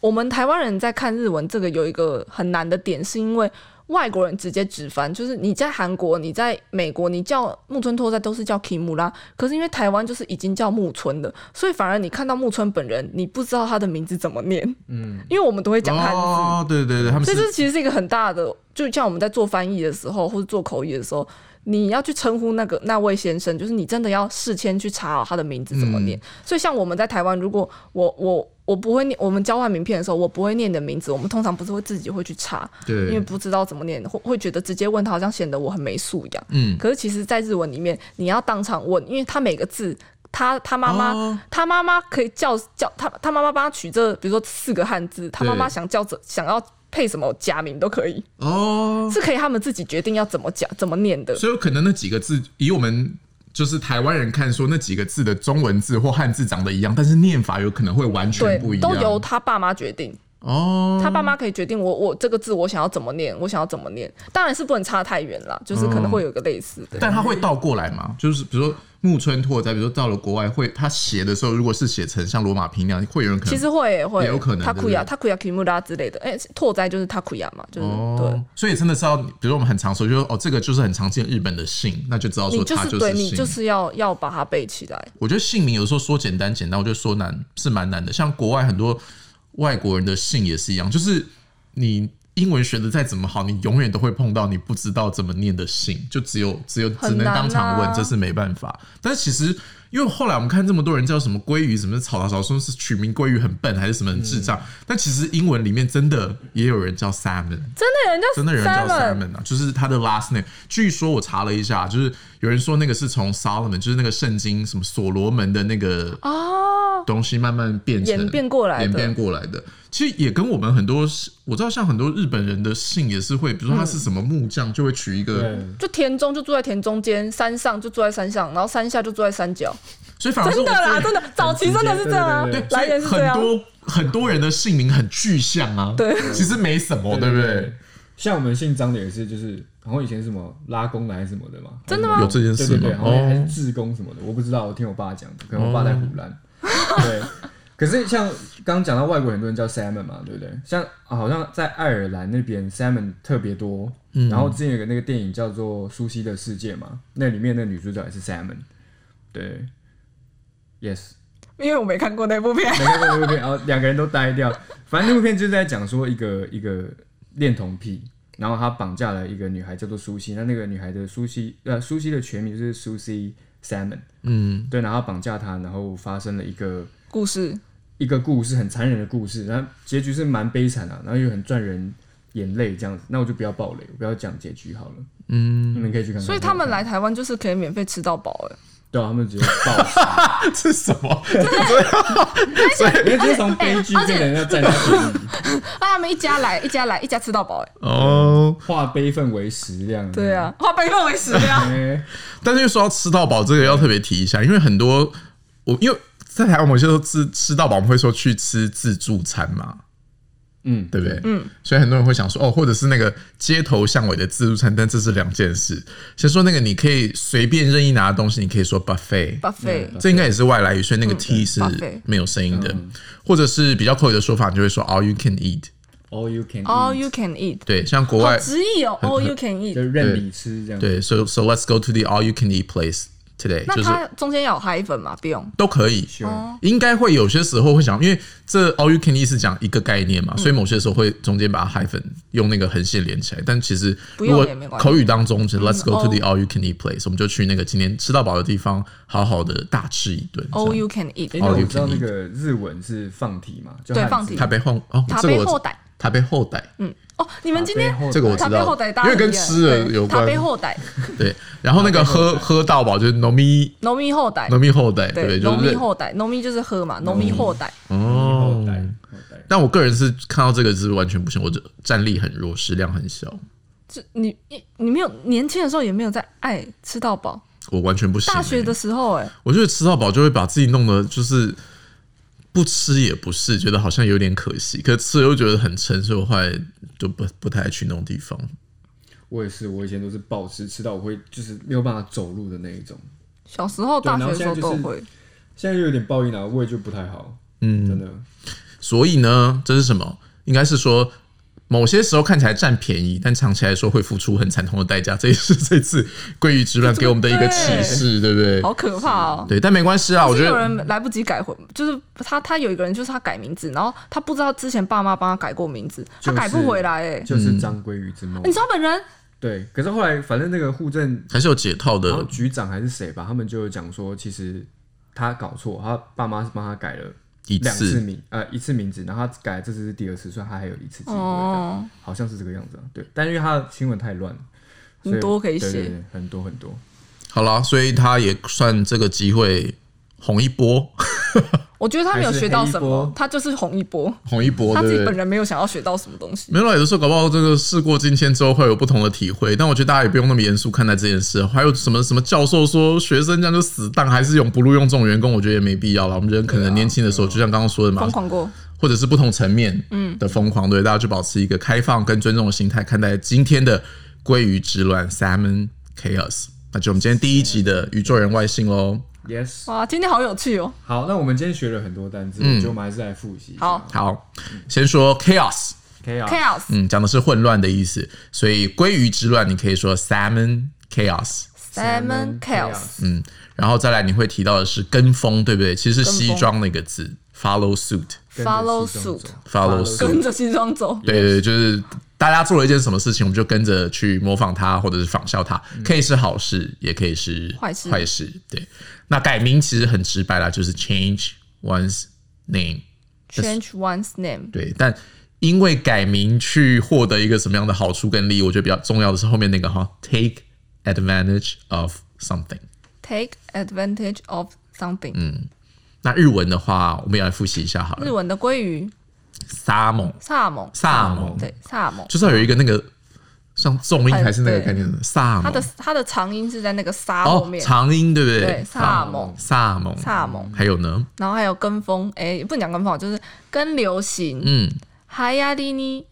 Speaker 3: 我们台湾人在看日文这个有一个很难的点，是因为外国人直接直翻，就是你在韩国、你在美国，你叫木村拓哉都是叫 Kimura，可是因为台湾就是已经叫木村了，所以反而你看到木村本人，你不知道他的名字怎么念，
Speaker 2: 嗯，
Speaker 3: 因为我们都会讲汉字。
Speaker 1: 哦，对对对，他们
Speaker 3: 所以
Speaker 1: 是
Speaker 3: 这其实是一个很大的，就像我们在做翻译的时候，或者做口译的时候，你要去称呼那个那位先生，就是你真的要事先去查好他的名字怎么念。
Speaker 1: 嗯
Speaker 3: 所以像我们在台湾，如果我我我不会念，我们交换名片的时候，我不会念你的名字，我们通常不是会自己会去查，因为
Speaker 1: 对，
Speaker 3: 不知道怎么念，会会觉得直接问他好像显得我很没素养。
Speaker 1: 嗯，
Speaker 3: 可是其实，在日文里面，你要当场问，因为他每个字，他他妈妈、
Speaker 1: 哦
Speaker 3: 他妈妈可以叫叫他他妈妈帮他取这，比如说四个汉字，他妈妈想叫这想要配什么假名都可以，
Speaker 1: 哦，
Speaker 3: 是可以他们自己决定要怎么讲怎么念的。
Speaker 1: 所以有可能那几个字，以我们就是台湾人看，说那几个字的中文字或汉字长得一样，但是念法有可能会完
Speaker 3: 对
Speaker 1: 全不一，样，
Speaker 3: 都由他爸妈决定，
Speaker 1: 哦，
Speaker 3: 他爸妈可以决定我我这个字我想要怎么念，我想要怎么念，当然是不能差太远啦，就是可能会有一个类似的。
Speaker 1: 哦但他会倒过来吗？就是比如说木村拓哉，比如说到了国外会，他写的时候如果是写成像罗马拼音那样，会有人可能
Speaker 3: 其实会也会
Speaker 1: 也有可能
Speaker 3: 塔
Speaker 1: 对
Speaker 3: 库
Speaker 1: 不对
Speaker 3: 亚、塔库亚、基穆拉之类的，哎、拓哉就是塔库亚嘛，就是、对
Speaker 1: 哦，，所以真的是要，比如说我们很常说，就说哦，这个就是很常见日本的姓，那就知道
Speaker 3: 你
Speaker 1: 说
Speaker 3: 就
Speaker 1: 他
Speaker 3: 是
Speaker 1: 就
Speaker 3: 对
Speaker 1: 是
Speaker 3: 你
Speaker 1: 姓。
Speaker 3: 就是要要把它背起来。
Speaker 1: 我觉得姓名有时候说简单简单，我觉得说难是蛮难的。像国外很多外国人的姓也是一样，就是你英文学的再怎么好，你永远都会碰到你不知道怎么念的姓，就只有只有只
Speaker 3: 很
Speaker 1: 能
Speaker 3: 难啊
Speaker 1: 当场问，这是没办法。但是其实因为后来我们看这么多人叫什么鲑鱼，什么吵吵吵，说是取名鲑鱼很笨还是什么很智障，但其实英文里面真的也有人叫 salmon。
Speaker 3: 真的人家
Speaker 1: 真的有人叫
Speaker 3: Simon
Speaker 1: Simon 啊，就是他的 last name。据说我查了一下，就是有人说那个是从 Solomon，就是那个圣经什么所罗门的那个
Speaker 3: 哦，
Speaker 1: 东西慢慢变成
Speaker 3: 演变过来的
Speaker 1: 演变过来的。其实也跟我们很多，我知道像很多日本人的姓也是会，比如说他是什么木匠，就会取一个，
Speaker 2: 对，
Speaker 3: 就田中就住在田中间，山上就住在山上，然后山下就住在山脚，
Speaker 1: 所以反而是
Speaker 3: 真
Speaker 1: 我
Speaker 3: 的啦，
Speaker 1: 最
Speaker 3: 真的早期真的是这样啊
Speaker 2: 对对
Speaker 1: 对，，
Speaker 3: 来源是
Speaker 1: 所
Speaker 3: 这
Speaker 1: 以很
Speaker 3: 样。
Speaker 1: 多很多人的姓名很具象啊，
Speaker 3: 对，
Speaker 1: 其实没什么，哦对不对？？
Speaker 2: 像我们姓张的也是，就是好像以前是什么拉工的还是什么的嘛，
Speaker 3: 真的吗
Speaker 1: 有这件
Speaker 2: 对
Speaker 1: 事
Speaker 2: 对
Speaker 1: 吗哦
Speaker 2: 对，？好像还是志工什么的，我不知道，我听我爸讲的，可能我爸在湖南。
Speaker 1: 哦
Speaker 2: 对，可是像刚刚讲到外国很多人叫 salmon 嘛，对不对？像好像在爱尔兰那边 salmon 特别多，
Speaker 1: 嗯
Speaker 2: 然后之前有个那个电影叫做《苏西的世界》嘛，那里面的女主角也是 salmon，对，yes。
Speaker 3: 因为我没看过那部片，
Speaker 2: 没看过那部片，然后两个人都呆掉。反正那部片就是在讲说一个一个恋童癖，然后他绑架了一个女孩叫做苏西，那那个女孩的苏西呃苏西的全名就是苏西 Salmon，
Speaker 1: 嗯，
Speaker 2: 对，然后他绑架她，然后发生了一个
Speaker 3: <laughs> 故事
Speaker 2: 一个故事很残忍的故事，然后结局是蛮悲惨的、然后又很赚人眼泪这样子。那我就不要暴雷，我不要讲结局好了，嗯，你们可以去看看。
Speaker 3: 所以他们来台湾就是可以免费吃到饱哎、
Speaker 2: 对、啊，他们直接暴食，
Speaker 1: 哦 <laughs> 这是什么？
Speaker 2: 因为就是从悲剧变成要站在正义，
Speaker 3: 哎，他们一家来一家来一家吃到饱哎、
Speaker 1: 哦，
Speaker 2: 化悲愤为食量。
Speaker 3: 对啊，化悲愤为食量。
Speaker 2: 哎。
Speaker 1: 但是又说到吃到饱，这个要特别提一下，因为很多我因为在台湾，我们就说吃吃到饱，我们会说去吃自助餐嘛，
Speaker 2: 嗯，
Speaker 1: 对不对？嗯，所以很多人会想说，哦，或者是那个街头巷尾的自助餐，但这是两件事。先说那个，你可以随便任意拿的东西，你可以说 buffet。
Speaker 3: <laughs> buffet 嗯
Speaker 1: 这应该也是外来语，所以那个 t 是
Speaker 3: buffet 嗯
Speaker 1: 没有声音的，或者是比较口语的说法，你就会说 all you can eat。
Speaker 2: all you can
Speaker 3: all
Speaker 2: eat，
Speaker 3: you can eat，
Speaker 1: 对，像国
Speaker 3: 好
Speaker 1: 外 <laughs>
Speaker 3: 直译哦，all you can
Speaker 2: 就
Speaker 3: eat。
Speaker 2: 任你吃这样。
Speaker 1: 对，so so let's go to the all you can eat place。 today，
Speaker 3: 那
Speaker 1: 就是
Speaker 3: 它中间要有嗨粉吗？不用。
Speaker 1: 都可以。
Speaker 2: Sure
Speaker 3: 哦
Speaker 1: 应该会有些时候会想，因为这 all you can eat 是讲一个概
Speaker 3: 嗯
Speaker 1: 念嘛，所以某些时候会中间把它 hyphen 用那个横线连起来。但其实
Speaker 3: 不
Speaker 1: 如
Speaker 3: 用
Speaker 1: 果
Speaker 3: 也没关系
Speaker 1: 口语当中是 let's go to the
Speaker 3: 嗯
Speaker 1: all you can eat place，我们就去那个今天吃到饱的地方，好好的大吃一顿。
Speaker 3: All
Speaker 1: 这样
Speaker 3: you can eat，
Speaker 2: 因为我
Speaker 1: you
Speaker 2: 知道
Speaker 1: can
Speaker 2: 那个日文是放题嘛，就
Speaker 3: 对
Speaker 2: 汉字
Speaker 3: 放题
Speaker 1: 塔贝后哦，
Speaker 3: 塔
Speaker 1: 这个
Speaker 3: 贝
Speaker 1: 我
Speaker 3: 后代。
Speaker 1: 塔贝后代，
Speaker 3: 嗯，哦，你们今天
Speaker 2: 塔贝后代
Speaker 1: 这个我知
Speaker 3: 塔背后
Speaker 1: 道
Speaker 3: 代大，家
Speaker 1: 因为跟
Speaker 3: 很厉害
Speaker 1: 吃的
Speaker 3: 对
Speaker 1: 有
Speaker 3: 塔
Speaker 1: 关
Speaker 3: 背。后代、
Speaker 1: 对，然后那个喝喝到饱就是 nomi
Speaker 3: 农民后代、
Speaker 1: nomi 后代，
Speaker 3: 哎对，
Speaker 1: 对，就
Speaker 3: 农
Speaker 1: 是
Speaker 3: 民后代，农民就是喝嘛，农
Speaker 2: 农
Speaker 3: 民
Speaker 2: 民
Speaker 3: 后代。
Speaker 1: 哦
Speaker 2: 后。代后代
Speaker 1: 但我个人是看到这个是完全不行，我就战力很弱，食量很小，
Speaker 3: 这你你你没有年轻的时候也没有在爱吃到饱，
Speaker 1: 我完全不行、
Speaker 3: 大学
Speaker 1: 欸
Speaker 3: 的时候哎、
Speaker 1: 我觉得吃到饱就会把自己弄得就是不吃也不是，觉得好像有点可惜，可吃了又觉得很撑，所以我后来就不不太爱去那种地方。
Speaker 2: 我也是，我以前都是暴吃，吃到我会就是没有办法走路的那一种。
Speaker 3: 小时候、
Speaker 2: 对
Speaker 3: 大
Speaker 2: 然
Speaker 3: 学
Speaker 2: 后
Speaker 3: 的时候都
Speaker 2: 现在就
Speaker 3: 会。
Speaker 2: 现在又有点报应了，胃就不太好，嗯，真的。
Speaker 1: 所以呢，这是什么？应该是说。某些时候看起来占便宜，但长期来说会付出很惨痛的代价，这也是这次鲑鱼之乱给我们的一个启示，对不对？
Speaker 3: 好可怕哦！
Speaker 1: 对，但没关系啊，我
Speaker 3: 就是
Speaker 1: 觉
Speaker 3: 有
Speaker 1: 得
Speaker 3: 人来不及改回，就是他他有一个人，就是他改名字，然后他不知道之前爸妈帮他改过名字，他
Speaker 2: 就是
Speaker 3: 改不回来哎、
Speaker 2: 就是张鲑鱼之梦
Speaker 3: 你。知道本人
Speaker 2: 对，可是后来反正那个户政
Speaker 1: 还是有解套
Speaker 2: 好
Speaker 1: 的
Speaker 2: 像，局长还是谁吧，他们就有讲说，其实他搞错，他爸妈是帮他改了
Speaker 1: 一
Speaker 2: 两
Speaker 1: 次
Speaker 2: 次名，呃，一次名字，然后他改这次是第二次，所以他还有一次机会，
Speaker 3: 哦
Speaker 2: 这样好像是这个样子啊。对，但因为他的新闻太乱了，所
Speaker 3: 很多可以
Speaker 2: 对对
Speaker 3: 写
Speaker 2: 对很多很多。
Speaker 1: 好啦，所以他也算这个机会红一波，
Speaker 3: 我觉得他没有学到什
Speaker 2: 还是黑一
Speaker 3: 么
Speaker 2: 波，
Speaker 3: 他就是红一波，
Speaker 1: 红一波，
Speaker 3: 他自
Speaker 1: 对
Speaker 3: 己
Speaker 1: 不
Speaker 3: 本
Speaker 1: 对？
Speaker 3: 人没有想要学到什么东西。
Speaker 1: 没有啦，有的时候搞不好这个事过境迁之后会有不同的体会，但我觉得大家也不用那么严肃看待这件事。还有什么什么教授说学生这样就死当，还是永不录用这种员工，我觉得也没必要了。我们人可能年轻的时候，就像刚刚说的嘛
Speaker 3: 疯，狂嗯过，
Speaker 1: 或者是不同层面的疯狂，对大家就保持一个开放跟尊重的心态看待今天的鲑鱼之乱 （Salmon Chaos）。那就我们今天第一集的宇宙人外星喽。
Speaker 2: Yes，
Speaker 3: 哇，今天好有趣哦！
Speaker 2: 好，那我们今天学了很多单
Speaker 1: 嗯
Speaker 2: 字，我觉得我们还是来复习一下。
Speaker 3: 好
Speaker 1: 好，先说 Chaos。
Speaker 2: ，K 啊，
Speaker 3: chaos
Speaker 1: 嗯，讲的是混乱的意思，所以鲑鱼之乱你可以说 salmon chaos，
Speaker 3: salmon chaos
Speaker 1: 嗯，然后再来你会提到的是跟风，对不对？其实是
Speaker 3: 跟风
Speaker 1: 西装那个字 follow suit，follow
Speaker 2: 跟着
Speaker 3: follow
Speaker 2: 西
Speaker 3: suit
Speaker 2: 装走
Speaker 1: suit，
Speaker 3: 跟着西装走，
Speaker 1: 对对，对就是大家做了一件什么事情，我们就跟着去模仿他，或者是仿效他，可以是好事，也可以是
Speaker 3: 嗯坏事
Speaker 1: 坏事，对，那改名其实很直白啦，就是 change one's name，
Speaker 3: change one's name。
Speaker 1: 对，但因为改名去获得一个什么样的好处跟利益，我觉得比较重要的是后面那个哈，take advantage of something。
Speaker 3: Take advantage of something。
Speaker 1: 嗯那日文的话，我们也来复习一下好
Speaker 3: 日
Speaker 1: 了。
Speaker 3: 文的鲑鱼
Speaker 1: 萨蒙，
Speaker 3: 萨蒙，
Speaker 1: 萨蒙，嗯
Speaker 3: 对萨蒙，
Speaker 1: 就是要有一个那个像重音还是那个概念的萨
Speaker 3: 哎它
Speaker 1: 蒙
Speaker 3: 的。它的长音是在那个沙后
Speaker 1: 哦，
Speaker 3: 面，
Speaker 1: 长音对不对？
Speaker 3: 对萨蒙
Speaker 1: 萨蒙，
Speaker 3: 萨蒙
Speaker 1: 还有呢，
Speaker 3: 然后还有跟风，哎，不能讲跟风，就是跟流行。
Speaker 1: 嗯，
Speaker 3: 海呀里尼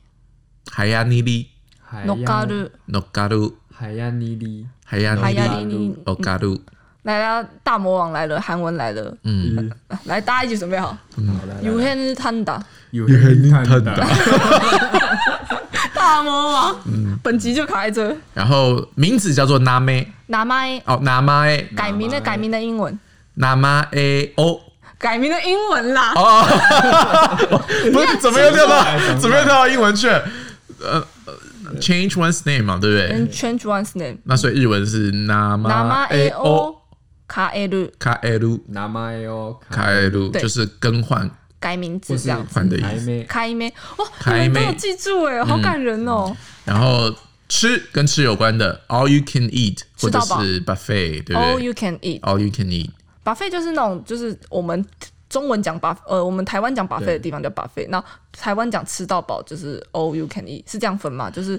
Speaker 1: 海亚尼利、
Speaker 2: 海
Speaker 3: 诺嘎
Speaker 2: 呀
Speaker 3: 鲁，
Speaker 1: 诺嘎鲁、
Speaker 2: 海呀尼利，
Speaker 1: 海亚
Speaker 3: 海
Speaker 1: 尼
Speaker 3: 呀
Speaker 1: 利、
Speaker 3: 里尼，
Speaker 1: 诺嘎鲁，
Speaker 3: 来啦，大魔王来了，韩文来了，
Speaker 2: 嗯，
Speaker 3: 来，大家一起准备好。
Speaker 1: 嗯
Speaker 2: 好的，
Speaker 3: You
Speaker 2: 有
Speaker 3: can tanda，
Speaker 2: 有很
Speaker 1: 很
Speaker 2: 看
Speaker 1: 大
Speaker 2: 的。
Speaker 3: 大魔王。嗯本集就卡在这。
Speaker 1: 然后名字叫做 Name，
Speaker 3: 拿麦
Speaker 1: 哦，Name
Speaker 3: 改名的改名的英文，
Speaker 1: Name O。
Speaker 3: 改名的英文啦。
Speaker 1: 不是怎么又跳
Speaker 2: 讲出
Speaker 1: 到
Speaker 2: 来
Speaker 1: 怎么又跳到英文去了？呃呃，change one's name 嘛，对不对？
Speaker 3: And change one's name。
Speaker 1: 那所以日文是 nama
Speaker 3: 拿麦
Speaker 1: a
Speaker 3: 啊 A
Speaker 1: o
Speaker 3: O 卡 A 鲁
Speaker 1: ka elu
Speaker 2: 名前を
Speaker 1: ka elu，
Speaker 3: 对
Speaker 1: 就是更换
Speaker 3: 改名字
Speaker 2: 或
Speaker 3: 这
Speaker 2: 是
Speaker 3: 样子。
Speaker 1: 换的意
Speaker 2: 还
Speaker 1: 思。
Speaker 2: 没
Speaker 3: 开妹哇，你
Speaker 1: 开妹
Speaker 3: 们都有记住哎，好感人哦！
Speaker 1: 然后吃跟吃有关的，all you can eat 或
Speaker 3: 吃
Speaker 1: 者
Speaker 3: 到饱
Speaker 1: 是 buffet，对
Speaker 3: All
Speaker 1: 不对
Speaker 3: you can eat，
Speaker 1: ？all you can eat，
Speaker 3: 把费就是那种，就是我们中文讲把呃，我们台湾讲把费的地方叫把费，那台湾讲吃到饱就是 all you can eat，是这样分嘛？就是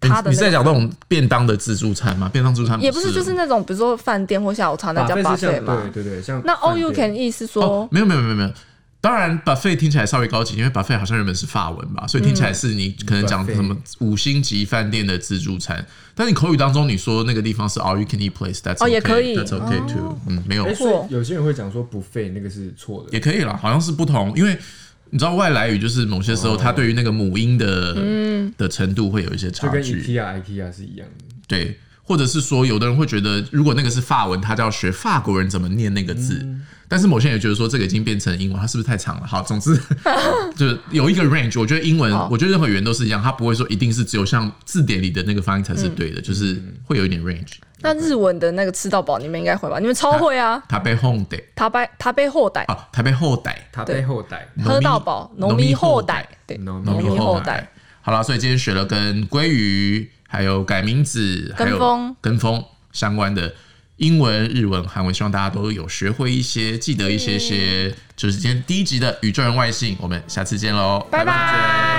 Speaker 3: 它
Speaker 1: 你你
Speaker 3: 的那
Speaker 1: 是在
Speaker 3: 个
Speaker 1: 讲那种便当的自助餐吗？便当自助餐
Speaker 3: 也不是就是那种，比如说饭店或下午茶那叫把
Speaker 2: 是
Speaker 3: 费
Speaker 2: 像
Speaker 3: 嘛
Speaker 2: 对。对对，像
Speaker 3: 那 all
Speaker 2: 饭
Speaker 3: you
Speaker 2: 店
Speaker 3: can eat 是
Speaker 1: 哦
Speaker 3: 说，
Speaker 1: 没有没有没有没有。当然，buffet 听起来稍微高级，因为 buffet 好像原本是法文吧，所以
Speaker 3: 嗯
Speaker 1: 听起来是你可能讲
Speaker 2: buffet
Speaker 1: 什么五星级饭店的自助餐。但你口语当中你说那个地方是 all you can eat place，that's
Speaker 3: 哦也可以哦
Speaker 1: okay，that's okay too，嗯，没有
Speaker 2: 哎，所
Speaker 3: 货
Speaker 2: 以有些人会讲说不费，那个是错的。
Speaker 1: 也可以啦，好像是不同，因为你知道外来语就是某些时
Speaker 2: 哦
Speaker 1: 候它对于那个母音的的程度会有一些
Speaker 2: 就
Speaker 1: 差
Speaker 2: 跟
Speaker 1: 距，
Speaker 2: IKEA、IKEA 是一样的。
Speaker 1: 对。或者是说，有的人会觉得，如果那个是法文，他就要学法国人怎么念那个字。
Speaker 2: 嗯
Speaker 1: 但是某些人也觉得说，这个已经变成英文，它是不是太长
Speaker 2: <laughs>
Speaker 1: 了？好，总之就是有一个 range。我觉得英文
Speaker 3: 好，
Speaker 1: 我觉得任何语言都是一样，它不会说一定是只有像字典里的那个发音才是对的，就是会有一点 range。
Speaker 3: 那日文的那个吃到饱，你们应该会吧？你们超会啊！
Speaker 1: 台北 home day
Speaker 3: 他被他被后代
Speaker 1: 啊，台北后代，
Speaker 2: 他背后带
Speaker 3: 喝到饱，农民后代，对，
Speaker 2: 农
Speaker 3: 农
Speaker 2: 民
Speaker 1: 农民
Speaker 3: 民
Speaker 1: 后
Speaker 3: 后
Speaker 1: 代
Speaker 3: 代。。
Speaker 1: 好啦，所以今天学了跟鲑鱼、还有改名字、还
Speaker 3: 跟
Speaker 1: 有
Speaker 3: 风
Speaker 1: 跟风相关的英文、日文、韩文，希望大家都有学会一些，记得一些些。就是今天第一集的宇宙人外星，我们下次见喽，
Speaker 3: 拜拜。